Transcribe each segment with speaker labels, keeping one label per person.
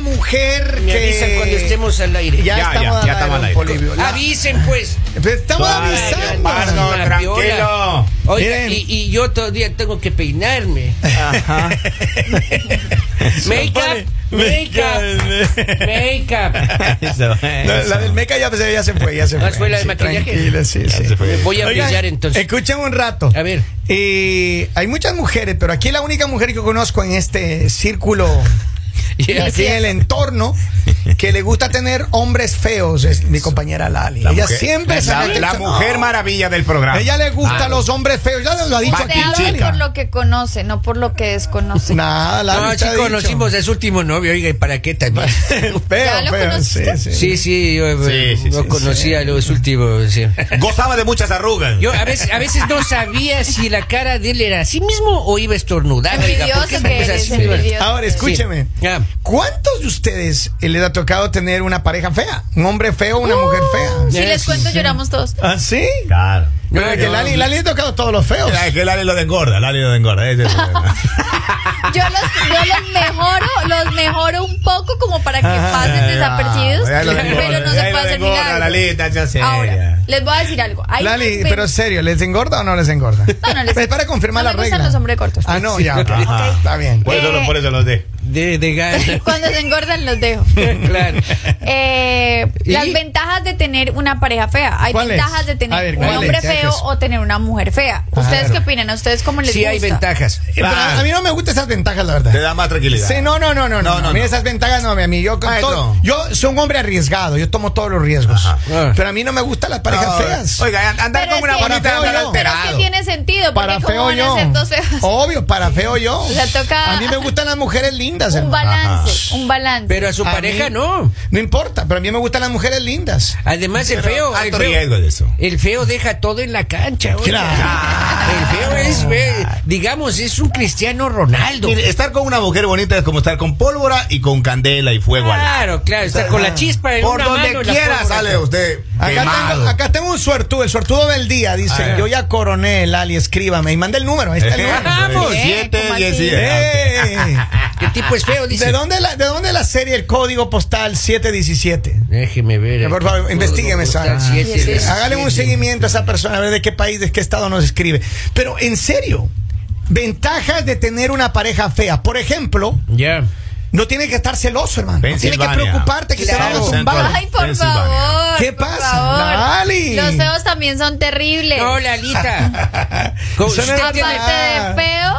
Speaker 1: mujer
Speaker 2: Me
Speaker 1: que.
Speaker 2: avisan cuando estemos al
Speaker 1: Ya,
Speaker 2: aire.
Speaker 3: Eh, Ya, ya,
Speaker 1: estamos,
Speaker 3: ya estamos al aire.
Speaker 1: Polibio.
Speaker 2: Ah,
Speaker 1: La-
Speaker 2: Avisen, pues.
Speaker 1: Pero estamos
Speaker 3: Ay,
Speaker 1: avisando.
Speaker 3: Leopardo,
Speaker 2: Una
Speaker 3: tranquilo.
Speaker 2: piola. Oiga,
Speaker 1: Miren.
Speaker 2: y, y yo todavía tengo que peinarme.
Speaker 3: Ajá.
Speaker 2: Make up, make up, make up.
Speaker 1: La, la del meca ya, se- ya se fue, ya se fue.
Speaker 2: Ah, fue la de
Speaker 1: Sí,
Speaker 2: maquillaje.
Speaker 1: tranquila, sí,
Speaker 3: Ya
Speaker 1: sí.
Speaker 3: se fue.
Speaker 2: Me voy a
Speaker 1: Oigan,
Speaker 2: brillar entonces.
Speaker 1: Escuchen un rato.
Speaker 2: A ver.
Speaker 1: Eh, hay muchas mujeres, pero aquí la única mujer que conozco en este círculo,
Speaker 2: Ya,
Speaker 1: aquí en el entorno, que le gusta tener hombres feos, es mi compañera Lali.
Speaker 3: La
Speaker 1: ella
Speaker 3: mujer-
Speaker 1: siempre se
Speaker 3: la,
Speaker 1: mete-
Speaker 3: la
Speaker 1: no.
Speaker 3: mujer maravilla del programa.
Speaker 1: Ella le gusta
Speaker 3: Ah,
Speaker 1: los hombres feos, ya lo ha dicho
Speaker 3: Usted
Speaker 1: aquí.
Speaker 4: Te hablan
Speaker 3: chica.
Speaker 4: por lo que conoce, no por lo que desconoce.
Speaker 1: Nada, Lali.
Speaker 2: No,
Speaker 1: te ha
Speaker 2: sí
Speaker 1: dicho.
Speaker 2: conocimos a su último novio, oiga, ¿y para qué también?
Speaker 1: Feo,
Speaker 4: Ya lo
Speaker 1: feo, sí,
Speaker 4: conociste.
Speaker 1: sí.
Speaker 2: Sí, sí, yo eh,
Speaker 3: Sí, sí,
Speaker 2: lo
Speaker 3: sí,
Speaker 2: conocía los últimos. sí.
Speaker 3: Ah, Gozaba de muchas arrugas.
Speaker 2: Yo a veces, a veces no sabía si la cara de él era así mismo o iba a estornudar. Oiga, ¿por qué
Speaker 4: Envidioso
Speaker 2: me
Speaker 4: que
Speaker 2: ves
Speaker 4: eres,
Speaker 2: así?
Speaker 4: envidioso.
Speaker 1: Ahora,
Speaker 2: Sí.
Speaker 1: escúcheme.
Speaker 2: Ya.
Speaker 1: ¿Cuántos de ustedes eh, les ha tocado tener una pareja fea? ¿Un hombre feo, una mujer
Speaker 4: Si
Speaker 1: fea?
Speaker 4: les cuento, lloramos todos.
Speaker 1: ¿Ah, sí?
Speaker 3: Claro.
Speaker 1: Pero
Speaker 2: No,
Speaker 1: es que
Speaker 2: no.
Speaker 1: Lali, Lali le ha tocado todos los feos.
Speaker 3: Es que Lali lo engorda, Lali lo engorda. ese es el problema.
Speaker 1: Eh,
Speaker 4: Yo los, yo los mejoro, los mejoro un poco como para que pasen desapercibidos,
Speaker 3: Ya lo engorda,
Speaker 4: pero no
Speaker 3: ya
Speaker 4: se
Speaker 3: lo
Speaker 4: puede hacer
Speaker 3: engorda,
Speaker 4: milagros.
Speaker 3: Lalita, ya sé,
Speaker 4: Ahora,
Speaker 3: ya.
Speaker 4: les voy a decir algo. Hay
Speaker 1: Lali,
Speaker 4: unas-
Speaker 1: pero serio, ¿les engorda o no les engorda?
Speaker 4: No, no les-
Speaker 1: Pues para confirmar
Speaker 4: No
Speaker 1: la
Speaker 4: me gustan
Speaker 1: regla.
Speaker 4: los hombres cortos. pues.
Speaker 1: Ah, no, ya, ok.
Speaker 3: Ajá.
Speaker 1: Está bien.
Speaker 3: Por eso,
Speaker 4: Eh.
Speaker 3: por eso los dejo.
Speaker 2: De, de gana.
Speaker 4: Cuando se engordan los dejo.
Speaker 2: claro.
Speaker 4: Eh,
Speaker 2: ¿Y?
Speaker 4: las ventajas de tener una pareja fea. Hay
Speaker 1: ¿Cuáles?
Speaker 4: ventajas de
Speaker 1: A
Speaker 4: tener
Speaker 1: ver,
Speaker 4: un
Speaker 1: ¿cuáles?
Speaker 4: hombre
Speaker 1: Ya que
Speaker 4: feo
Speaker 1: es-
Speaker 4: o tener una mujer fea.
Speaker 1: Claro.
Speaker 4: ¿Ustedes qué opinan? ¿A ustedes cómo les
Speaker 2: Sí
Speaker 4: gusta?
Speaker 2: hay ventajas.
Speaker 1: Eh, pero a mí no me gustan esas ventajas, la verdad.
Speaker 3: Ah, Te da más tranquilidad.
Speaker 1: Sí, no, no, no, no, no.
Speaker 3: No,
Speaker 1: no,
Speaker 3: no,
Speaker 1: a mí
Speaker 3: no.
Speaker 1: esas ventajas no, a mí yo con
Speaker 3: Maestro.
Speaker 1: todo- yo soy un hombre arriesgado, yo tomo todos los riesgos.
Speaker 3: Ajá.
Speaker 2: Ah.
Speaker 1: Pero a mí no me gustan las parejas
Speaker 3: No,
Speaker 1: feas.
Speaker 3: Oiga, and- andar
Speaker 4: Pero
Speaker 3: con una
Speaker 4: es que-
Speaker 3: bonita
Speaker 1: Para
Speaker 3: andar
Speaker 1: feo yo.
Speaker 4: Pero es que
Speaker 3: alterado.
Speaker 4: tiene sentido, porque
Speaker 1: para
Speaker 4: ¿cómo
Speaker 1: feo
Speaker 4: van
Speaker 1: yo. Oh,
Speaker 4: a ser dos feos?
Speaker 1: Obvio, para feo yo.
Speaker 4: O sea, toca-
Speaker 1: A mí me gustan las mujeres lindas.
Speaker 4: Un
Speaker 1: hermano.
Speaker 4: balance, un balance.
Speaker 2: Pero a su
Speaker 1: A
Speaker 2: pareja
Speaker 1: mí-
Speaker 2: no.
Speaker 1: No importa, pero a mí me gustan las mujeres lindas.
Speaker 2: Además, el feo. el
Speaker 3: Alto
Speaker 2: feo-
Speaker 3: riesgo de eso.
Speaker 2: El feo deja todo en la cancha. oiga.
Speaker 1: Claro.
Speaker 2: El feo es, eh, digamos, es un cristiano Ronaldo.
Speaker 3: Mire, estar con una mujer bonita es como estar con pólvora y con candela y fuego al
Speaker 4: Ah,
Speaker 3: aire.
Speaker 2: Claro, claro, está con la chispa en
Speaker 3: Por
Speaker 2: una
Speaker 3: donde
Speaker 2: mano y la
Speaker 3: quiera
Speaker 2: pólvora.
Speaker 3: sale usted.
Speaker 1: Acá tengo,
Speaker 3: quemado.
Speaker 1: acá tengo un suertudo, el suertudo del día.
Speaker 3: A
Speaker 2: Ah,
Speaker 1: Dice,
Speaker 3: ver.
Speaker 1: yo ya coroné el Ali, escríbame. Y manda el número, ahí está
Speaker 2: Eh.
Speaker 1: el número.
Speaker 2: ¡Vamos!
Speaker 3: Siete,
Speaker 4: ¿Cómo así?
Speaker 3: diecisiete.
Speaker 1: Eh, eh, eh.
Speaker 2: Ah, El tipo es feo, dice.
Speaker 1: ¿De dónde, la, ¿De dónde la serie el código postal 717?
Speaker 2: Déjeme ver.
Speaker 1: Por favor,
Speaker 2: Código
Speaker 1: investigueme esa.
Speaker 2: postal siete,
Speaker 4: Sí, sí.
Speaker 2: diecisiete.
Speaker 1: Hágale un seguimiento a esa persona, a ver de qué país, de qué estado nos escribe. Pero en serio, ventajas de tener una pareja fea. Por ejemplo,
Speaker 2: Ya.
Speaker 1: no tiene que estar celoso, hermano. No tiene que
Speaker 3: Pensilvania.
Speaker 1: preocuparte que te
Speaker 2: Claro.
Speaker 1: van a tumbar.
Speaker 4: Ay, por
Speaker 3: Pensilvania.
Speaker 4: favor.
Speaker 1: ¿Qué
Speaker 4: por
Speaker 1: pasa?
Speaker 4: favor.
Speaker 1: Lali.
Speaker 4: Los feos también son terribles.
Speaker 2: No, Lalita. Con-
Speaker 1: Eso no
Speaker 2: usted,
Speaker 1: es
Speaker 4: Aparte
Speaker 2: tiene-
Speaker 1: Ah.
Speaker 4: de feo,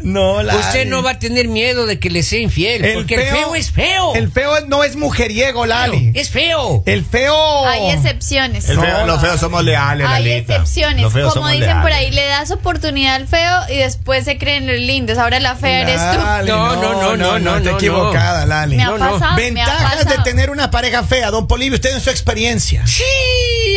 Speaker 1: No, la
Speaker 2: usted no va a tener miedo de que le sea infiel. porque el feo es feo.
Speaker 1: El feo no es mujeriego, Lali.
Speaker 2: Es feo.
Speaker 1: El feo.
Speaker 4: hay excepciones.
Speaker 3: El
Speaker 1: No,
Speaker 3: feo- los feos somos leales,
Speaker 4: Hay
Speaker 3: Lalita.
Speaker 4: excepciones.
Speaker 3: Los feos
Speaker 4: Como
Speaker 3: somos
Speaker 4: dicen
Speaker 3: leales.
Speaker 4: por ahí, le das oportunidad al feo y después se creen los lindos. Ahora la fea eres
Speaker 1: Lali,
Speaker 2: No, no, no, no, no,
Speaker 1: está
Speaker 2: no.
Speaker 1: equivocada,
Speaker 4: tú.
Speaker 1: Lali.
Speaker 4: Me ha
Speaker 2: No, no.
Speaker 4: pasado. me ha
Speaker 1: Ventajas de
Speaker 4: pasado.
Speaker 1: tener una pareja fea, don Polivio, usted en su experiencia.
Speaker 2: Sí,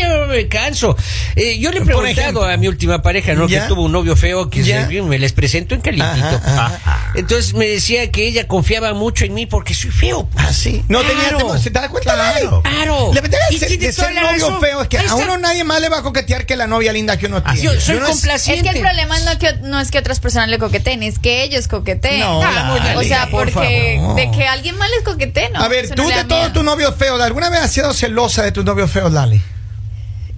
Speaker 2: yo me canso. Eh, yo le he
Speaker 1: Por ejemplo.
Speaker 2: preguntado a mi última pareja, ¿no?
Speaker 1: Ya.
Speaker 2: Que tuvo un novio feo que
Speaker 1: Ya.
Speaker 2: se- me les presento en calientito. Ah,
Speaker 1: Ajá,
Speaker 3: ajá.
Speaker 2: Entonces me decía que ella confiaba mucho en mí porque soy feo.
Speaker 1: Así. No
Speaker 2: Claro.
Speaker 1: tenía temor. ¿Se te da cuenta,
Speaker 3: Claro.
Speaker 1: Lali?
Speaker 2: Claro.
Speaker 1: La ventaja de
Speaker 2: Y
Speaker 1: ser,
Speaker 2: tiene
Speaker 1: de
Speaker 2: toda
Speaker 1: ser
Speaker 2: la
Speaker 1: novio
Speaker 2: razón.
Speaker 1: feo es que
Speaker 2: Ahí
Speaker 1: a
Speaker 2: está.
Speaker 1: uno nadie más le va a coquetear que la novia linda que uno tiene.
Speaker 2: Yo soy
Speaker 1: Uno es-
Speaker 2: complaciente.
Speaker 4: Es que el problema no, que, no es que otras personas le coqueteen, es que ellos coqueteen. Ah,
Speaker 1: No,
Speaker 2: Vamos,
Speaker 1: Lali,
Speaker 4: o sea,
Speaker 2: por
Speaker 4: porque
Speaker 1: favor.
Speaker 4: de que alguien más les coquetee, no.
Speaker 1: a ver,
Speaker 4: eso no
Speaker 1: tú
Speaker 4: le da
Speaker 1: de todos
Speaker 4: miedo.
Speaker 1: tus novios feos, ¿alguna vez has sido celosa de tus novios feos, Lali?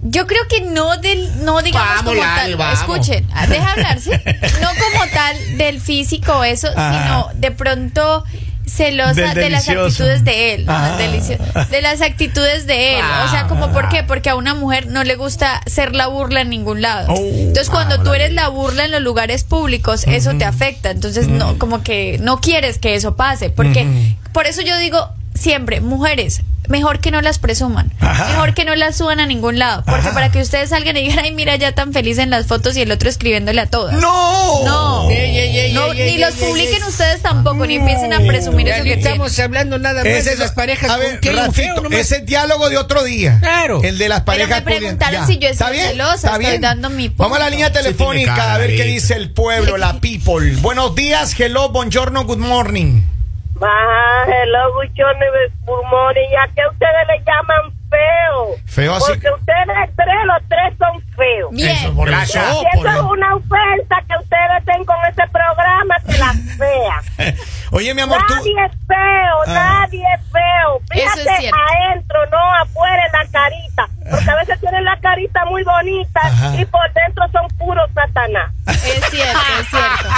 Speaker 4: Yo creo que no del, no digamos
Speaker 2: Vamos,
Speaker 4: como
Speaker 2: Lali,
Speaker 4: tal.
Speaker 2: vamos.
Speaker 4: Escuchen, ah, deja hablarse. No como tal del físico, eso,
Speaker 1: Ah.
Speaker 4: sino de pronto celosa
Speaker 1: Del
Speaker 4: de las
Speaker 1: delicioso.
Speaker 4: actitudes de él. ¿no?
Speaker 1: Ah.
Speaker 4: Delicio- De las actitudes de él. O sea, como por qué? Porque a una mujer no le gusta ser la burla en ningún lado.
Speaker 1: Oh.
Speaker 4: Entonces, cuando tú eres la burla en los lugares públicos, eso te afecta. Entonces, no, como que no quieres que eso pase. Porque, por eso yo digo siempre, mujeres. Mejor que no las presuman.
Speaker 1: Ajá.
Speaker 4: Mejor que no las suban a ningún lado. Porque para que ustedes salgan y digan, ay, mira, ya tan feliz en las fotos y el otro escribiéndole a todas.
Speaker 1: ¡No!
Speaker 4: No.
Speaker 2: Ey, ey, ey,
Speaker 4: No,
Speaker 2: ey, ey,
Speaker 4: ni los
Speaker 2: ey, ey,
Speaker 4: publiquen
Speaker 2: ey.
Speaker 4: ustedes tampoco, ni empiecen a presumir
Speaker 2: Ya
Speaker 4: eso
Speaker 2: ni
Speaker 4: que tienen.
Speaker 2: estamos hablando nada más
Speaker 1: Ese
Speaker 2: de las parejas
Speaker 1: a
Speaker 2: con
Speaker 1: ver,
Speaker 2: que hay un
Speaker 1: ratito,
Speaker 2: feo nomás.
Speaker 1: ese diálogo de otro día.
Speaker 2: Claro.
Speaker 1: El de las
Speaker 4: Pero
Speaker 1: parejas.
Speaker 4: me preguntaron
Speaker 1: públicas.
Speaker 4: si yo
Speaker 1: ¿Está
Speaker 4: estoy
Speaker 1: bien?
Speaker 4: celosa,
Speaker 1: ¿Está
Speaker 4: estoy
Speaker 1: bien?
Speaker 4: dando mi
Speaker 1: Vamos a la
Speaker 4: punto.
Speaker 1: línea telefónica
Speaker 3: tiene cara,
Speaker 1: a ver qué
Speaker 3: Lalita.
Speaker 1: dice el pueblo, la people. Buenos días, hello, buongiorno, good morning.
Speaker 5: Bah, hello, buchones, pulmones, ya que ustedes le llaman feo.
Speaker 1: Feo así.
Speaker 5: Porque ustedes tres, los tres son feos.
Speaker 4: Bien.
Speaker 1: Eso, por
Speaker 3: Gracias.
Speaker 1: eso,
Speaker 5: Y
Speaker 1: por
Speaker 5: eso es
Speaker 1: eso.
Speaker 5: una oferta que ustedes tienen con ese programa que las fea.
Speaker 1: Oye, mi amor, tú.
Speaker 5: Nadie es feo,
Speaker 1: Ah.
Speaker 5: nadie es carita muy bonita
Speaker 1: Ajá.
Speaker 5: y por dentro son puros satanás.
Speaker 4: Es cierto, es cierto.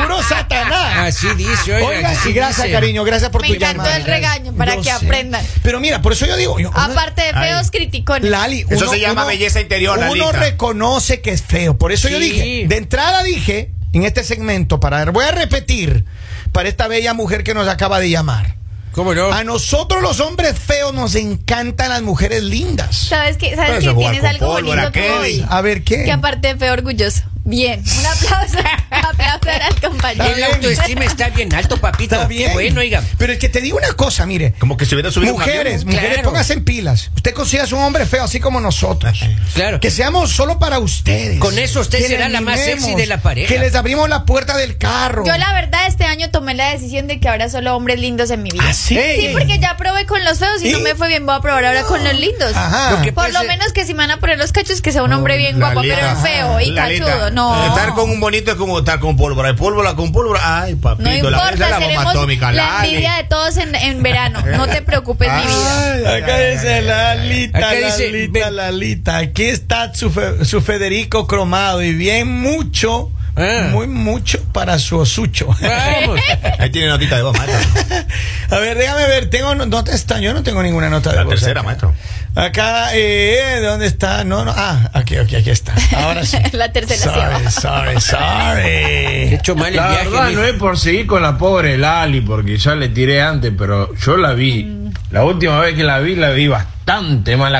Speaker 1: Puro Satanás.
Speaker 2: Así Ah, dice, oiga.
Speaker 1: Oigan,
Speaker 2: así
Speaker 1: sí, gracias,
Speaker 2: dice.
Speaker 1: cariño. Gracias por
Speaker 4: Me
Speaker 1: tu
Speaker 4: encantó
Speaker 1: llamada.
Speaker 4: el regaño para
Speaker 1: Yo
Speaker 4: que
Speaker 1: sé.
Speaker 4: aprendan.
Speaker 1: Pero mira, por eso yo digo. yo-
Speaker 4: Aparte de feos, criticones.
Speaker 1: Lali,
Speaker 3: Eso se llama belleza interior,
Speaker 1: Uno
Speaker 3: Lalita.
Speaker 1: reconoce que es feo. Por eso yo
Speaker 2: Sí.
Speaker 1: dije, de entrada dije, en este segmento, para voy a repetir para esta bella mujer que nos acaba de llamar.
Speaker 2: ¿Cómo no?
Speaker 1: A nosotros los hombres feos nos encantan las mujeres lindas.
Speaker 4: ¿Sabes que ¿Sabes
Speaker 3: Pero
Speaker 4: que
Speaker 3: eso jugar
Speaker 4: Tienes
Speaker 3: con
Speaker 4: algo
Speaker 3: pólvora,
Speaker 4: bonito tú
Speaker 3: ¿qué?
Speaker 4: hoy.
Speaker 1: A ver qué.
Speaker 4: Que aparte de feo, orgulloso. Bien. Un aplauso. aplauso al compañero.
Speaker 2: El autoestima está bien alto, papito.
Speaker 1: Está bien.
Speaker 2: Bueno, oiga.
Speaker 1: Pero es que te digo una cosa, mire.
Speaker 3: Como que se hubiera subido un avión.
Speaker 1: Mujeres, mujeres,
Speaker 2: Claro.
Speaker 1: pónganse en pilas. Usted consiga un hombre feo así como nosotros.
Speaker 2: Claro.
Speaker 1: Que seamos solo para ustedes.
Speaker 2: Con eso usted
Speaker 1: Que
Speaker 2: será
Speaker 1: les
Speaker 2: la más
Speaker 1: mimemos,
Speaker 2: sexy de la pareja.
Speaker 1: Que les abrimos la puerta del carro.
Speaker 4: Yo la verdad este año tomé la decisión de que ahora solo hombres lindos en mi vida.
Speaker 1: ¿Ah, sí?
Speaker 4: Sí, porque ya probé con los feos y,
Speaker 1: ¿Y?
Speaker 4: no me fue bien. Voy a probar ahora con los lindos.
Speaker 1: Ajá.
Speaker 2: Lo que-
Speaker 4: Por lo
Speaker 2: Pues, eh,
Speaker 4: menos que si me van a poner los cachos, que sea un hombre bien guapo,
Speaker 3: Lalita.
Speaker 4: pero feo y
Speaker 3: Lalita,
Speaker 4: cachudo. No.
Speaker 3: Estar con un bonito es como estar con pólvora. Y pólvora con pólvora. Ay, papito. la
Speaker 4: No
Speaker 3: vez de
Speaker 4: importa,
Speaker 3: la bomba
Speaker 4: seremos
Speaker 3: atómica.
Speaker 4: la
Speaker 3: Lali.
Speaker 4: envidia de todos en, en verano. No te preocupes, mi vida.
Speaker 1: Ay, Acá dice Lalita,
Speaker 2: Acá dice,
Speaker 1: Lalita,
Speaker 2: ven.
Speaker 1: Lalita. Aquí está su, Fe- su Federico cromado y bien mucho,
Speaker 2: Ah.
Speaker 1: muy mucho para su osucho.
Speaker 2: Vamos.
Speaker 3: Ahí tiene notita de voz, maestro.
Speaker 1: A ver, déjame ver, tengo no- notas está, yo no tengo ninguna nota de
Speaker 3: La
Speaker 1: voz
Speaker 3: tercera,
Speaker 1: acá.
Speaker 3: maestro.
Speaker 1: Acá, eh, ¿dónde está? No, no, ah, aquí, aquí, aquí está. Ahora sí.
Speaker 4: La tercera
Speaker 1: sorry, sorry,
Speaker 2: He
Speaker 1: sorry.
Speaker 2: hecho mal el
Speaker 6: La
Speaker 2: viaje.
Speaker 6: verdad
Speaker 2: mijo.
Speaker 6: no es por seguir con la pobre Lali, porque ya le tiré antes, pero yo la vi. La última vez que la vi, la vi bastante mal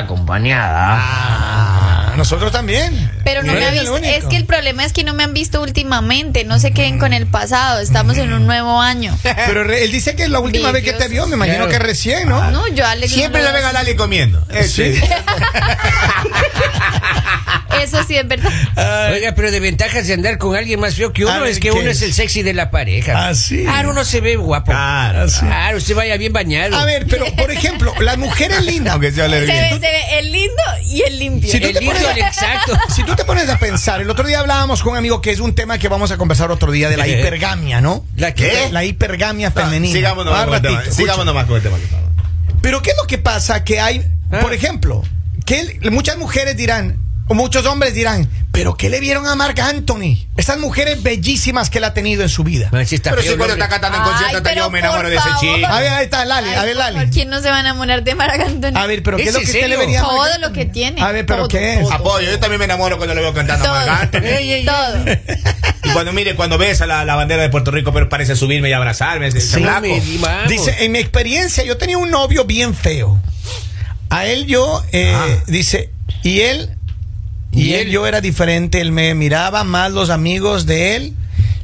Speaker 6: acompañada.
Speaker 1: Ah, Nosotros también.
Speaker 4: Pero no
Speaker 1: No
Speaker 4: me ha
Speaker 1: eres el
Speaker 4: visto.
Speaker 1: único.
Speaker 4: Es que el problema es que no me han visto últimamente. No se queden con el pasado. Estamos en un nuevo año.
Speaker 1: Pero re- él dice que es la última vez que te vio, me imagino
Speaker 2: Claro.
Speaker 1: que recién, ¿no?
Speaker 4: No, yo a Alex no
Speaker 3: Siempre
Speaker 4: lo-
Speaker 3: la ven a Lali comiendo.
Speaker 1: Sí.
Speaker 4: Eso sí es verdad.
Speaker 2: Oiga, pero de ventajas de andar con alguien más feo que
Speaker 1: A
Speaker 2: uno
Speaker 1: ver,
Speaker 2: es que
Speaker 1: ¿qué
Speaker 2: uno es?
Speaker 1: es?
Speaker 2: el sexy de la pareja.
Speaker 1: Ah, sí.
Speaker 2: Claro, uno se ve guapo.
Speaker 3: Claro, sí.
Speaker 2: Claro, usted vaya bien bañado.
Speaker 1: A ver, pero por ejemplo, las mujeres lindas.
Speaker 3: Aunque sea
Speaker 4: Se
Speaker 3: le
Speaker 4: ve, se ve el lindo y el limpio.
Speaker 1: Si tú
Speaker 2: el
Speaker 1: te
Speaker 2: lindo,
Speaker 1: pones-
Speaker 2: el exacto.
Speaker 1: Si tú te pones a pensar, el otro día hablábamos con un amigo que es un tema que vamos a conversar otro día de la hipergamia, ¿no?
Speaker 2: Eh.
Speaker 1: Eh,
Speaker 2: ¿La qué? Ah,
Speaker 1: La hipergamia femenina.
Speaker 3: Sigamos nomás
Speaker 1: Más
Speaker 3: con el tema.
Speaker 1: ratito,
Speaker 3: Sigamos
Speaker 1: escucha.
Speaker 3: nomás con el tema. que estaba.
Speaker 1: Pero ¿qué es lo que pasa? Que hay,
Speaker 2: Ah.
Speaker 1: por ejemplo, que el- muchas mujeres dirán, o muchos hombres dirán, ¿pero qué le vieron a Marc Anthony? Esas mujeres bellísimas que él ha tenido en su vida.
Speaker 2: Man, sí está
Speaker 3: Pero
Speaker 2: feo
Speaker 3: si
Speaker 2: el
Speaker 3: cuando
Speaker 2: hombre.
Speaker 3: está cantando en
Speaker 4: Ay,
Speaker 3: concierto, hasta
Speaker 4: pero
Speaker 3: yo me enamoro de ese
Speaker 4: por favor.
Speaker 3: chico.
Speaker 1: A ver, ahí está, Lali.
Speaker 4: Ay,
Speaker 1: a ver,
Speaker 4: por favor,
Speaker 1: Lali.
Speaker 4: ¿Quién no se va a enamorar de Maragantoni?
Speaker 1: A ver, pero ¿qué
Speaker 2: ¿Es
Speaker 1: es lo
Speaker 2: en
Speaker 1: que usted
Speaker 2: serio?
Speaker 1: le vería a Marc
Speaker 4: Todo lo que tiene.
Speaker 1: A ver, pero
Speaker 4: todo,
Speaker 1: ¿qué es?
Speaker 4: todo,
Speaker 3: Apoyo, yo también me enamoro cuando lo veo cantando a
Speaker 4: Todo.
Speaker 3: Marc Anthony.
Speaker 2: Ey, ey,
Speaker 4: Todo.
Speaker 3: Y cuando mire, cuando besa la, la bandera de Puerto Rico, pero parece subirme y abrazarme. ese
Speaker 2: No
Speaker 3: flaco.
Speaker 2: me di- vamos.
Speaker 1: Dice, en mi experiencia, yo tenía un novio bien feo. A él yo, eh,
Speaker 3: Ah.
Speaker 1: dice, y él, y,
Speaker 2: Y
Speaker 1: él,
Speaker 2: él.
Speaker 1: yo era diferente, él me miraba más los amigos de él,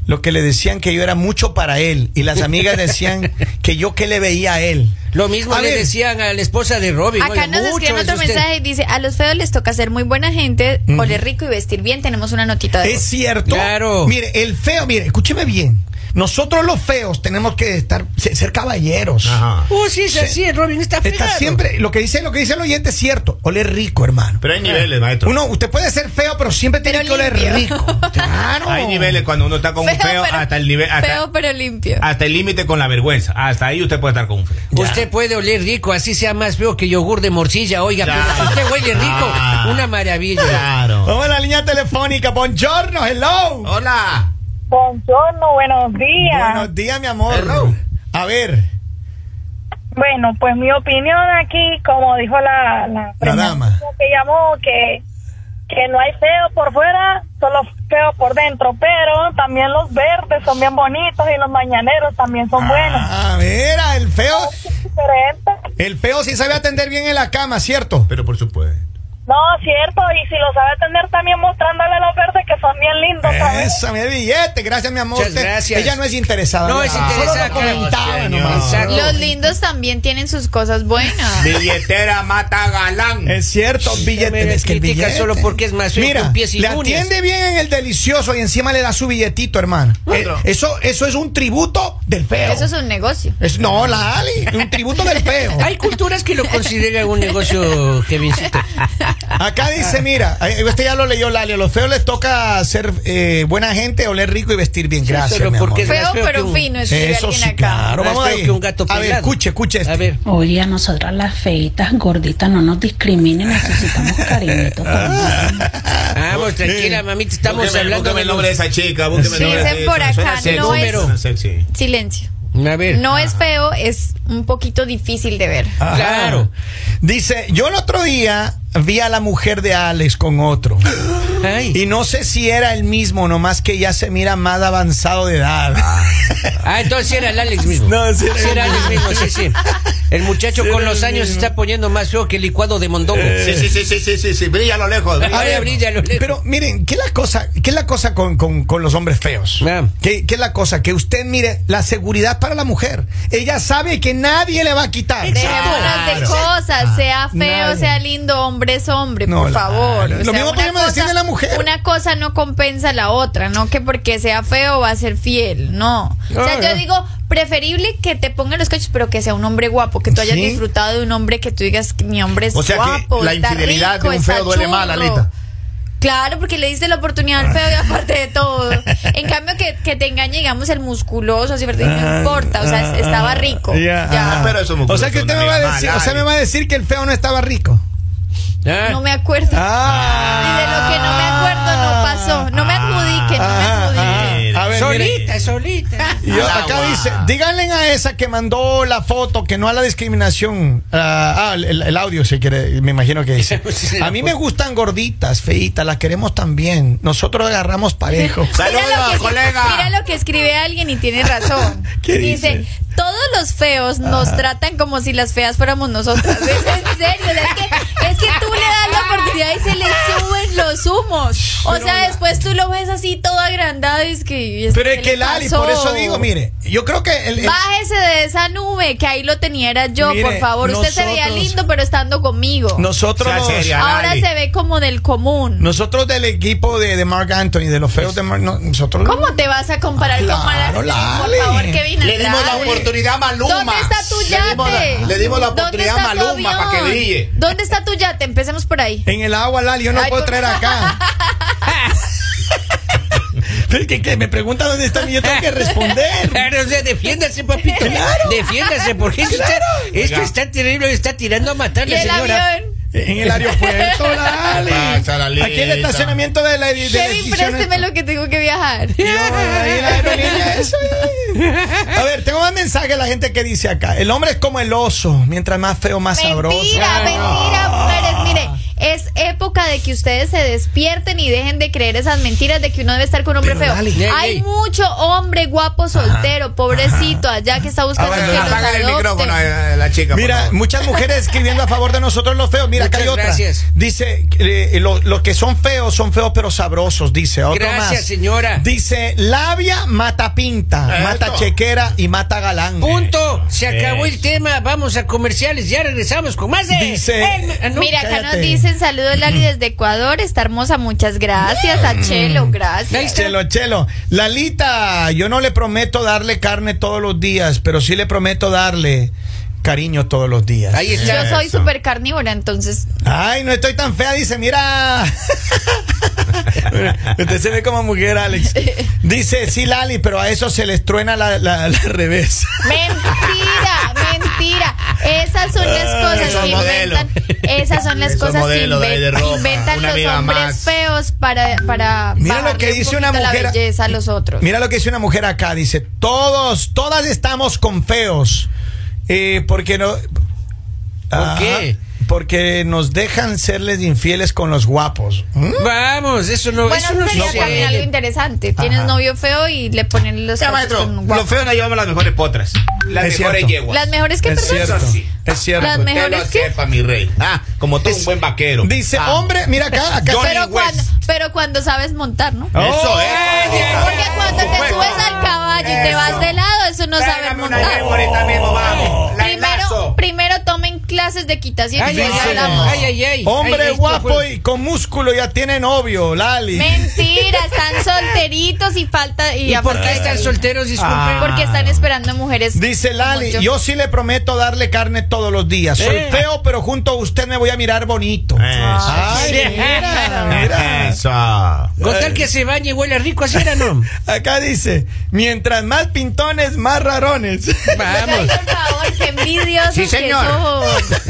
Speaker 1: lo que le decían que yo era mucho para él, y las amigas decían que yo que le veía a él.
Speaker 2: Lo mismo
Speaker 1: A
Speaker 2: le
Speaker 1: ver.
Speaker 2: decían a la esposa de Robin.
Speaker 4: Acá
Speaker 2: oiga,
Speaker 4: nos
Speaker 2: mucho
Speaker 4: escriben
Speaker 2: es
Speaker 4: otro
Speaker 2: usted.
Speaker 4: mensaje y dice, a los feos les toca ser muy buena gente, oler rico y vestir bien. Tenemos una notita de
Speaker 1: Es
Speaker 4: voz.
Speaker 1: cierto.
Speaker 2: Claro.
Speaker 1: Mire, el feo, mire, escúcheme bien. Nosotros los feos tenemos que estar ser ser caballeros.
Speaker 3: Ajá.
Speaker 2: Oh, sí, es así, Robin está fregado.
Speaker 1: Está siempre lo que dice lo que dice el oyente es cierto. Oler rico, hermano.
Speaker 3: Pero hay niveles, maestro.
Speaker 1: Uno, usted puede ser feo, pero siempre tiene
Speaker 4: Pero
Speaker 1: que oler
Speaker 4: limpio.
Speaker 1: rico. Claro.
Speaker 3: Hay niveles cuando uno está con un feo
Speaker 4: pero-
Speaker 3: hasta el nivel.
Speaker 4: feo
Speaker 3: Hasta,
Speaker 4: pero limpio.
Speaker 3: hasta el límite con la vergüenza. Hasta ahí usted puede estar con un feo.
Speaker 2: Usted puede oler rico, así sea más feo que yogur de morcilla, oiga,
Speaker 3: Claro.
Speaker 2: pero usted huele rico,
Speaker 3: Claro.
Speaker 2: una maravilla.
Speaker 3: Claro.
Speaker 1: Vamos a la línea telefónica. Buongiorno, hello.
Speaker 3: Hola.
Speaker 7: Buongiorno, buenos días.
Speaker 1: Buenos días, mi amor.
Speaker 3: Hello.
Speaker 1: A ver,
Speaker 7: Bueno, pues mi opinión aquí, como dijo la, la, primera
Speaker 1: dama.
Speaker 7: que llamó, que, que no hay feo por fuera, solo feo por dentro, pero también los verdes son bien bonitos y los mañaneros también son buenos.
Speaker 1: a ver, ah, el feo,
Speaker 7: Diferente.
Speaker 1: el feo sí sabe atender bien en la cama, ¿cierto?
Speaker 3: Pero por supuesto.
Speaker 7: No, cierto, y si lo sabe tener también mostrándole a los verdes que son bien lindos. también.
Speaker 1: Esa, mi billete, gracias mi amor.
Speaker 2: Muchas
Speaker 1: Usted-
Speaker 2: gracias.
Speaker 1: Ella no es interesada.
Speaker 2: No
Speaker 1: ¿verdad?
Speaker 2: es
Speaker 1: Solo
Speaker 2: interesada,
Speaker 1: lo
Speaker 2: claro.
Speaker 1: comentaba
Speaker 3: Señor.
Speaker 1: nomás.
Speaker 2: Exacto.
Speaker 4: Los lindos también tienen sus cosas buenas.
Speaker 3: Billetera mata galán.
Speaker 1: Es cierto, billete.
Speaker 2: me
Speaker 1: Es que el
Speaker 2: critica
Speaker 1: billete.
Speaker 2: solo porque es más feo que
Speaker 1: Mira,
Speaker 2: un pie sin
Speaker 1: le
Speaker 2: uñas.
Speaker 1: atiende bien en el delicioso y encima le da su billetito, hermano. Eh,
Speaker 3: Otro.
Speaker 1: Eso, eso es un tributo del feo.
Speaker 4: Eso es un negocio.
Speaker 1: Es- no, la Ali, un tributo del feo.
Speaker 2: Oh. Hay culturas que lo consideran un negocio, Kevincito.
Speaker 1: Acá dice, mira, eh, este ya lo leyó Lali, a los feos les toca ser eh, buena gente, oler rico y vestir bien.
Speaker 2: Sí,
Speaker 1: Gracias,
Speaker 2: solo
Speaker 1: mi amor.
Speaker 2: porque es
Speaker 4: Feo,
Speaker 2: más feo que
Speaker 4: pero
Speaker 2: un-
Speaker 4: fino, es
Speaker 1: Eso sí, claro.
Speaker 2: Más
Speaker 1: Vamos
Speaker 2: feo
Speaker 1: ahí.
Speaker 2: que un gato
Speaker 1: A ver,
Speaker 2: pelado.
Speaker 1: escuche, escuche este.
Speaker 2: A ver.
Speaker 8: Oye, a nosotras las feitas, gorditas, no nos discriminen, necesitamos cariñito.
Speaker 1: Ah.
Speaker 2: Ah, Vamos, tranquila, mamita, estamos
Speaker 3: Búsqueme-
Speaker 2: hablando
Speaker 3: búsqueme
Speaker 2: de
Speaker 3: el nombre de esa chica. búsqueme el
Speaker 4: Sí,
Speaker 3: nombre
Speaker 4: dicen
Speaker 3: de-
Speaker 4: por
Speaker 3: suena- suena
Speaker 4: acá,
Speaker 3: sexy,
Speaker 4: no es-
Speaker 3: suena sexy.
Speaker 4: Silencio.
Speaker 2: A ver.
Speaker 4: No es feo, es un poquito difícil de ver.
Speaker 1: Ajá.
Speaker 2: Claro.
Speaker 1: Dice, yo el otro día vi a la mujer de Alex con otro.
Speaker 2: Ay.
Speaker 1: Y no sé si era el mismo, nomás que ya se mira más avanzado de edad.
Speaker 2: Ah, entonces era el Alex mismo.
Speaker 1: No, sí
Speaker 2: sí
Speaker 1: era
Speaker 2: era,
Speaker 1: el
Speaker 2: Alex mismo, sí, sí. El Eh. muchacho con los años se está poniendo más feo que el licuado de mondongo.
Speaker 3: Sí, sí, sí, sí, sí, sí, sí, brilla a lo lejos. brilla.
Speaker 2: A ver, brilla, lo leo.
Speaker 1: Pero miren, ¿qué es la cosa, qué es la cosa con, con- con los hombres feos?
Speaker 2: Ah.
Speaker 1: ¿Qué, qué es la cosa? Que usted mire la seguridad para la mujer. Ella sabe que nadie le va a quitar.
Speaker 4: Dejémonos de cosas, sea feo,
Speaker 1: Nadie.
Speaker 4: sea lindo, hombre es hombre,
Speaker 1: No,
Speaker 4: por
Speaker 1: la-
Speaker 4: favor.
Speaker 1: lo
Speaker 4: O sea,
Speaker 1: mismo
Speaker 4: una
Speaker 1: podemos decir
Speaker 4: cosa-
Speaker 1: de la mujer.
Speaker 4: Una cosa no compensa la otra, no que porque sea feo va a ser fiel, no. O sea,
Speaker 1: Ah,
Speaker 4: yo
Speaker 1: ah.
Speaker 4: digo, preferible que te pongan los cachos, pero que sea un hombre guapo, que tú hayas
Speaker 1: Sí.
Speaker 4: disfrutado de un hombre que tú digas, mi hombre es
Speaker 3: O sea que
Speaker 4: guapo,
Speaker 3: la
Speaker 4: está
Speaker 3: infidelidad
Speaker 4: rico,
Speaker 3: de un
Speaker 4: está
Speaker 3: feo duele más,
Speaker 4: churro".
Speaker 3: Lalita.
Speaker 4: Claro, porque le diste la oportunidad al feo y aparte de todo. En cambio, que, que te engañe, digamos, el musculoso, así, ¿verdad? no importa, o sea, es- estaba rico.
Speaker 1: Ya.
Speaker 4: Ah, Ya.
Speaker 3: Ah, pero eso me
Speaker 1: O sea que
Speaker 3: ocurre,
Speaker 1: usted me
Speaker 3: una
Speaker 1: va a
Speaker 3: amiga
Speaker 1: decir,
Speaker 3: mala,
Speaker 1: o sea, me
Speaker 3: Alex.
Speaker 1: va a decir que el feo no estaba rico.
Speaker 2: Ah.
Speaker 4: No me acuerdo.
Speaker 1: Ah.
Speaker 4: Y de lo que no me acuerdo no pasó. No me adjudiquen, no me adjudiquen.
Speaker 1: Ah, ah, A ver, mire.
Speaker 2: solita, solita.
Speaker 1: Y yo-
Speaker 3: Al
Speaker 1: acá
Speaker 3: agua.
Speaker 1: dice, díganle a esa que mandó la foto, que no a la discriminación. Ah, ah, el, el audio se quiere, me imagino que dice. A mí me gustan gorditas, feitas, las queremos también. Nosotros agarramos parejo.
Speaker 4: Mira lo, que,
Speaker 3: Saludos, colega.
Speaker 4: mira lo que escribe alguien y tiene razón.
Speaker 1: ¿Qué
Speaker 4: dice?
Speaker 1: dice?
Speaker 4: todos los feos nos tratan como si las feas fuéramos nosotras. Es en serio, o sea, es que, es que tú le das la oportunidad y se le suben los humos. O sea, después tú lo ves así todo agrandado y es que... y es
Speaker 1: Pero
Speaker 4: ¿qué
Speaker 1: es que
Speaker 4: le
Speaker 1: Lali,
Speaker 4: pasó?
Speaker 1: por eso digo, mire, yo creo que el, el-
Speaker 4: Bájese de esa nube, que ahí lo tenía era yo,
Speaker 1: Mire,
Speaker 4: por favor. Usted se veía
Speaker 1: nosotros-
Speaker 4: lindo, pero estando conmigo.
Speaker 1: nosotros
Speaker 3: Sea
Speaker 1: los-
Speaker 3: seria.
Speaker 4: Ahora
Speaker 3: Lali.
Speaker 4: se ve como del común.
Speaker 1: nosotros del equipo de, de Mark Anthony, de los feos de Mark, no, nosotros
Speaker 4: ¿Cómo te vas a comparar
Speaker 1: Ah,
Speaker 4: con Mara?
Speaker 1: claro,
Speaker 4: Por
Speaker 1: Lali.
Speaker 4: favor, Kevin.
Speaker 3: Le dimos la
Speaker 4: Andrade.
Speaker 3: oportunidad a Maluma.
Speaker 4: ¿Dónde está tu
Speaker 3: Le dimos la-
Speaker 4: yate?
Speaker 3: Le dimos la
Speaker 4: ¿Dónde
Speaker 3: oportunidad a
Speaker 4: está tu
Speaker 3: Maluma para que
Speaker 4: avión?
Speaker 3: brille.
Speaker 4: ¿Dónde está tu yate? Empecemos por ahí.
Speaker 1: en el agua, Lali, yo no
Speaker 4: Ay,
Speaker 1: puedo
Speaker 4: por-
Speaker 1: traer acá. Pero es que, que me pregunta dónde está mi, yo tengo que responder.
Speaker 2: Claro, o sea, defiéndase, papito. Defiéndase, porque esto, está, esto está terrible, está tirando a matar
Speaker 4: Y
Speaker 2: la
Speaker 4: el
Speaker 2: señora.
Speaker 4: avión.
Speaker 1: En el aeropuerto, Lali.
Speaker 3: Pasa, Lalita.
Speaker 1: Aquí el estacionamiento de la de la
Speaker 4: Kevin,
Speaker 1: institución-
Speaker 4: présteme lo que tengo que viajar.
Speaker 1: Yo, ahí la aerolínea, eso, eh. A ver, tengo más mensaje de la gente que dice acá. El hombre es como el oso, mientras más feo, más sabroso.
Speaker 4: Mentira, mentira, mujeres. Mire, es época de que ustedes se despierten y dejen de creer esas mentiras de que uno debe estar con un hombre
Speaker 1: Pero,
Speaker 4: feo.
Speaker 1: Lali,
Speaker 2: ey,
Speaker 4: Hay
Speaker 2: ey.
Speaker 4: mucho hombre guapo soltero, pobrecito, allá que está buscando
Speaker 3: Ahora,
Speaker 4: que los
Speaker 3: apágale el
Speaker 4: adopten.
Speaker 3: micrófono a a la chica. por
Speaker 1: Mira,
Speaker 3: favor.
Speaker 1: muchas mujeres escribiendo a favor de nosotros los feos. Mira, acá hay
Speaker 2: Muchas
Speaker 1: otra.
Speaker 2: gracias.
Speaker 1: Dice, eh, lo- los que son feos son feos pero sabrosos, dice. Otro
Speaker 2: Gracias,
Speaker 1: más.
Speaker 2: señora.
Speaker 1: Dice, labia mata pinta,
Speaker 3: Eso.
Speaker 1: mata chequera y mata galán.
Speaker 2: Punto. Se acabó el tema. Vamos a comerciales. Ya regresamos con más de.
Speaker 1: Dice-
Speaker 2: Eh, ah, no.
Speaker 4: Mira, acá
Speaker 1: cállate.
Speaker 4: nos dicen saludos Lali desde Ecuador, está hermosa, muchas gracias, a Chelo,
Speaker 2: Ahí
Speaker 4: gracias.
Speaker 2: está.
Speaker 1: Chelo, chelo. Lalita, yo no le prometo darle carne todos los días, pero sí le prometo darle cariño todos los días.
Speaker 2: Ahí
Speaker 4: Yo
Speaker 2: está.
Speaker 4: soy súper carnívora, entonces
Speaker 1: Ay, no estoy tan fea, dice, mira. Usted se ve como mujer, Alex. Dice, sí, Lali, pero a eso se les truena la, la, la revés.
Speaker 4: Mentira, mentira. Esas son las cosas
Speaker 3: Esos
Speaker 4: que
Speaker 3: modelos.
Speaker 4: inventan. Esas son las
Speaker 3: Esos
Speaker 4: cosas que
Speaker 3: modelos de-
Speaker 4: inven-
Speaker 3: de ropa.
Speaker 4: inventan
Speaker 3: Una
Speaker 4: los
Speaker 3: amiga
Speaker 4: hombres
Speaker 3: más.
Speaker 4: feos para para
Speaker 1: Mira lo
Speaker 4: bajarle
Speaker 1: que
Speaker 4: un
Speaker 1: dice una
Speaker 4: poquito
Speaker 1: mujer-
Speaker 4: la belleza a los otros.
Speaker 1: Mira lo que dice una mujer acá, dice, todos, todas estamos con feos. Eh, porque no... Ajá,
Speaker 2: qué?
Speaker 1: Porque nos dejan serles infieles con los guapos. ¿Mm?
Speaker 2: Vamos, eso no.
Speaker 4: bueno,
Speaker 2: eso no
Speaker 4: sería
Speaker 2: se-
Speaker 4: también algo interesante. Tienes novio feo y le ponen los
Speaker 3: Ya,
Speaker 4: ojos
Speaker 3: maestro,
Speaker 4: con un guapo.
Speaker 3: los feos nos llevamos las mejores potras. Las
Speaker 1: Es
Speaker 3: mejores
Speaker 1: cierto.
Speaker 3: yeguas.
Speaker 4: Las mejores que
Speaker 1: Es
Speaker 4: personas.
Speaker 1: cierto,
Speaker 3: Eso sí.
Speaker 1: es cierto.
Speaker 4: Las me- mejores
Speaker 3: que
Speaker 4: que-
Speaker 3: lo sepa, mi rey. Ah, como tú, un buen vaquero.
Speaker 1: Dice,
Speaker 3: Ah.
Speaker 1: hombre, mira acá, acá.
Speaker 3: Johnny
Speaker 4: Pero cuando,
Speaker 3: West.
Speaker 4: pero cuando sabes montar, ¿no?
Speaker 1: Oh,
Speaker 3: Eso
Speaker 2: eh,
Speaker 3: es.
Speaker 4: Porque cuando te
Speaker 3: Bueno.
Speaker 4: subes al caballo y te
Speaker 3: Eso.
Speaker 4: vas de lado, eso no saber
Speaker 3: Tráigame una
Speaker 4: montar.
Speaker 3: yegua ahorita mismo, vamos. La
Speaker 4: Primero,
Speaker 3: enlazo.
Speaker 4: primero tomen clases de quitación.
Speaker 2: Ay,
Speaker 4: y
Speaker 2: ay,
Speaker 4: ya
Speaker 2: ay,
Speaker 4: hablamos.
Speaker 2: ay, ay, ay.
Speaker 1: Hombre
Speaker 2: Ay, esto
Speaker 1: guapo
Speaker 2: fue-
Speaker 1: y con músculo ya tiene novio, Lali.
Speaker 4: Mentira, están solteritos y falta. ¿Y,
Speaker 2: ¿Y por
Speaker 4: aparte-
Speaker 2: qué están solteros? Disculpen.
Speaker 1: Ah.
Speaker 4: Porque están esperando mujeres.
Speaker 1: Dice Lali,
Speaker 4: como
Speaker 1: yo. sí le prometo darle carne todos los días. Soy
Speaker 2: Eh.
Speaker 1: feo, pero junto a usted me voy a mirar bonito.
Speaker 3: Eso.
Speaker 1: Ay,
Speaker 2: Sí.
Speaker 1: mira, mira.
Speaker 3: Eso.
Speaker 2: Con tal que se bañe y huele rico, así era, ¿no?
Speaker 1: Acá dice, mientras más pintones, más rarones.
Speaker 4: Ay,
Speaker 2: Vamos.
Speaker 4: por favor, qué envidiosos
Speaker 3: Sí,
Speaker 4: que
Speaker 3: señor.
Speaker 4: son.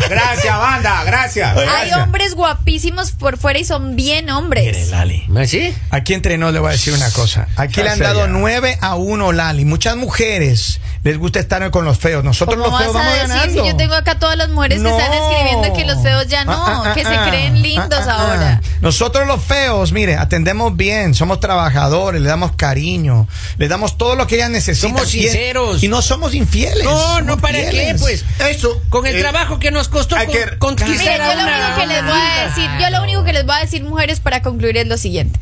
Speaker 3: Gracias, banda, gracias.
Speaker 4: Hay hombres guapísimos por fuera y son bien
Speaker 3: Eh,
Speaker 4: hombres.
Speaker 2: ¿Ah, ¿Sí?
Speaker 1: Aquí entre nos le voy a decir una cosa. Aquí le han dado 9 a 1 Lali. Muchas mujeres les gusta estar con los feos. Nosotros
Speaker 4: ¿Cómo
Speaker 1: los
Speaker 4: Pues vas
Speaker 1: feos
Speaker 4: a
Speaker 1: vamos
Speaker 4: decir
Speaker 1: ganando.
Speaker 4: si yo tengo acá todas las mujeres
Speaker 1: No.
Speaker 4: que están escribiendo que los feos ya no,
Speaker 1: Ah, ah,
Speaker 4: que
Speaker 1: ah,
Speaker 4: se
Speaker 1: ah,
Speaker 4: creen lindos
Speaker 1: ah, ah.
Speaker 4: ahora?
Speaker 1: Nosotros los feos, mire, atendemos bien, somos trabajadores, le damos cariño, le damos todo lo que ellas necesitan.
Speaker 2: Somos
Speaker 1: Y-
Speaker 2: sinceros.
Speaker 1: Y, no somos infieles.
Speaker 2: No, no,
Speaker 1: somos
Speaker 2: ¿para qué?
Speaker 1: fieles.
Speaker 2: Pues
Speaker 3: Eso.
Speaker 2: con el
Speaker 3: eh,
Speaker 2: trabajo que nos costó
Speaker 3: hay
Speaker 2: con-
Speaker 3: que-
Speaker 4: Mira,
Speaker 2: conquistar
Speaker 4: yo
Speaker 2: a
Speaker 4: lo
Speaker 2: una-
Speaker 4: único que les voy a decir, yo lo único que les voy a decir, mujeres, para concluir es lo siguiente.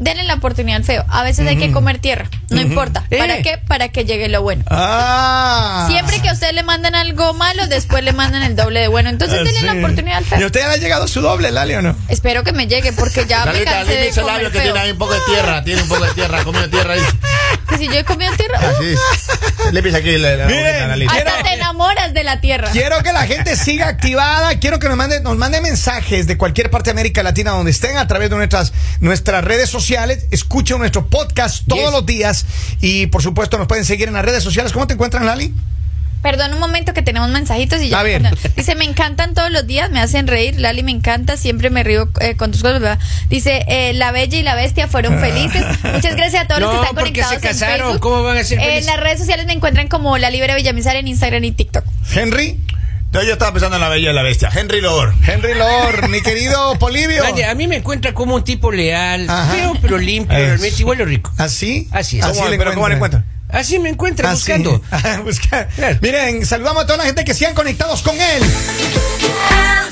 Speaker 4: Denle la oportunidad al feo. A veces hay que comer tierra. No importa. ¿Para
Speaker 2: Eh.
Speaker 4: qué? Para que llegue lo bueno.
Speaker 1: Ah.
Speaker 4: Siempre que a usted le mandan algo malo, después le mandan el doble de bueno. Entonces
Speaker 1: Ah,
Speaker 4: denle la oportunidad al
Speaker 1: ¿Y a
Speaker 4: feo.
Speaker 1: usted ya le ha llegado su doble, Lali, o no?
Speaker 4: Espero que me llegue porque ya me
Speaker 3: Lalita,
Speaker 4: cansé
Speaker 3: limpia
Speaker 4: de
Speaker 3: ese labio
Speaker 4: comer
Speaker 3: que
Speaker 4: feo.
Speaker 3: tiene ahí un poco de tierra, tiene un poco de tierra, comido tierra ahí.
Speaker 4: Que si yo he comido tierra, uh,
Speaker 3: Así es. Le pisa aquí la, la
Speaker 1: Miren,
Speaker 3: boquita, Lalita.
Speaker 1: ay,
Speaker 4: hasta te enamoras de la tierra.
Speaker 1: Quiero que la gente siga activada. Quiero que nos mande, nos mande mensajes de cualquier parte de América Latina donde estén a través de nuestras, nuestras redes sociales. Escuchen nuestro podcast todos
Speaker 2: Yes.
Speaker 1: los días. Y por supuesto, nos pueden seguir en las redes sociales. ¿Cómo te encuentran, Lali?
Speaker 4: Perdón un momento que tenemos mensajitos y ya.
Speaker 1: A ver.
Speaker 4: Dice, me encantan todos los días, me hacen reír. Lali, me encanta, siempre me río eh, con tus cosas. ¿verdad? Dice, eh, la bella y la bestia fueron felices. Muchas gracias a todos los
Speaker 2: Ah. No,
Speaker 4: que están
Speaker 2: porque se
Speaker 4: conectados. en
Speaker 2: casaron,
Speaker 4: Facebook.
Speaker 2: ¿cómo van a ser
Speaker 4: Eh, en
Speaker 2: felices?
Speaker 4: las redes sociales me encuentran como La Libre Villamizar en Instagram y TikTok.
Speaker 1: Henry.
Speaker 3: Yo yo estaba pensando en la bella y la bestia. Henry Lord.
Speaker 1: Henry Lord, mi querido Polivio.
Speaker 2: Vaya, a mí me encuentra como un tipo leal,
Speaker 1: Ajá.
Speaker 2: feo pero limpio,
Speaker 1: Eso.
Speaker 2: realmente igual lo rico.
Speaker 1: Así.
Speaker 2: Así es.
Speaker 1: Así
Speaker 2: ¿Cómo-
Speaker 1: le
Speaker 3: pero cómo le
Speaker 1: encuentran.
Speaker 2: Así me encuentra
Speaker 1: Así.
Speaker 2: buscando.
Speaker 1: Buscar.
Speaker 2: Claro.
Speaker 1: Miren, saludamos a toda la gente que sigan conectados con él.
Speaker 9: El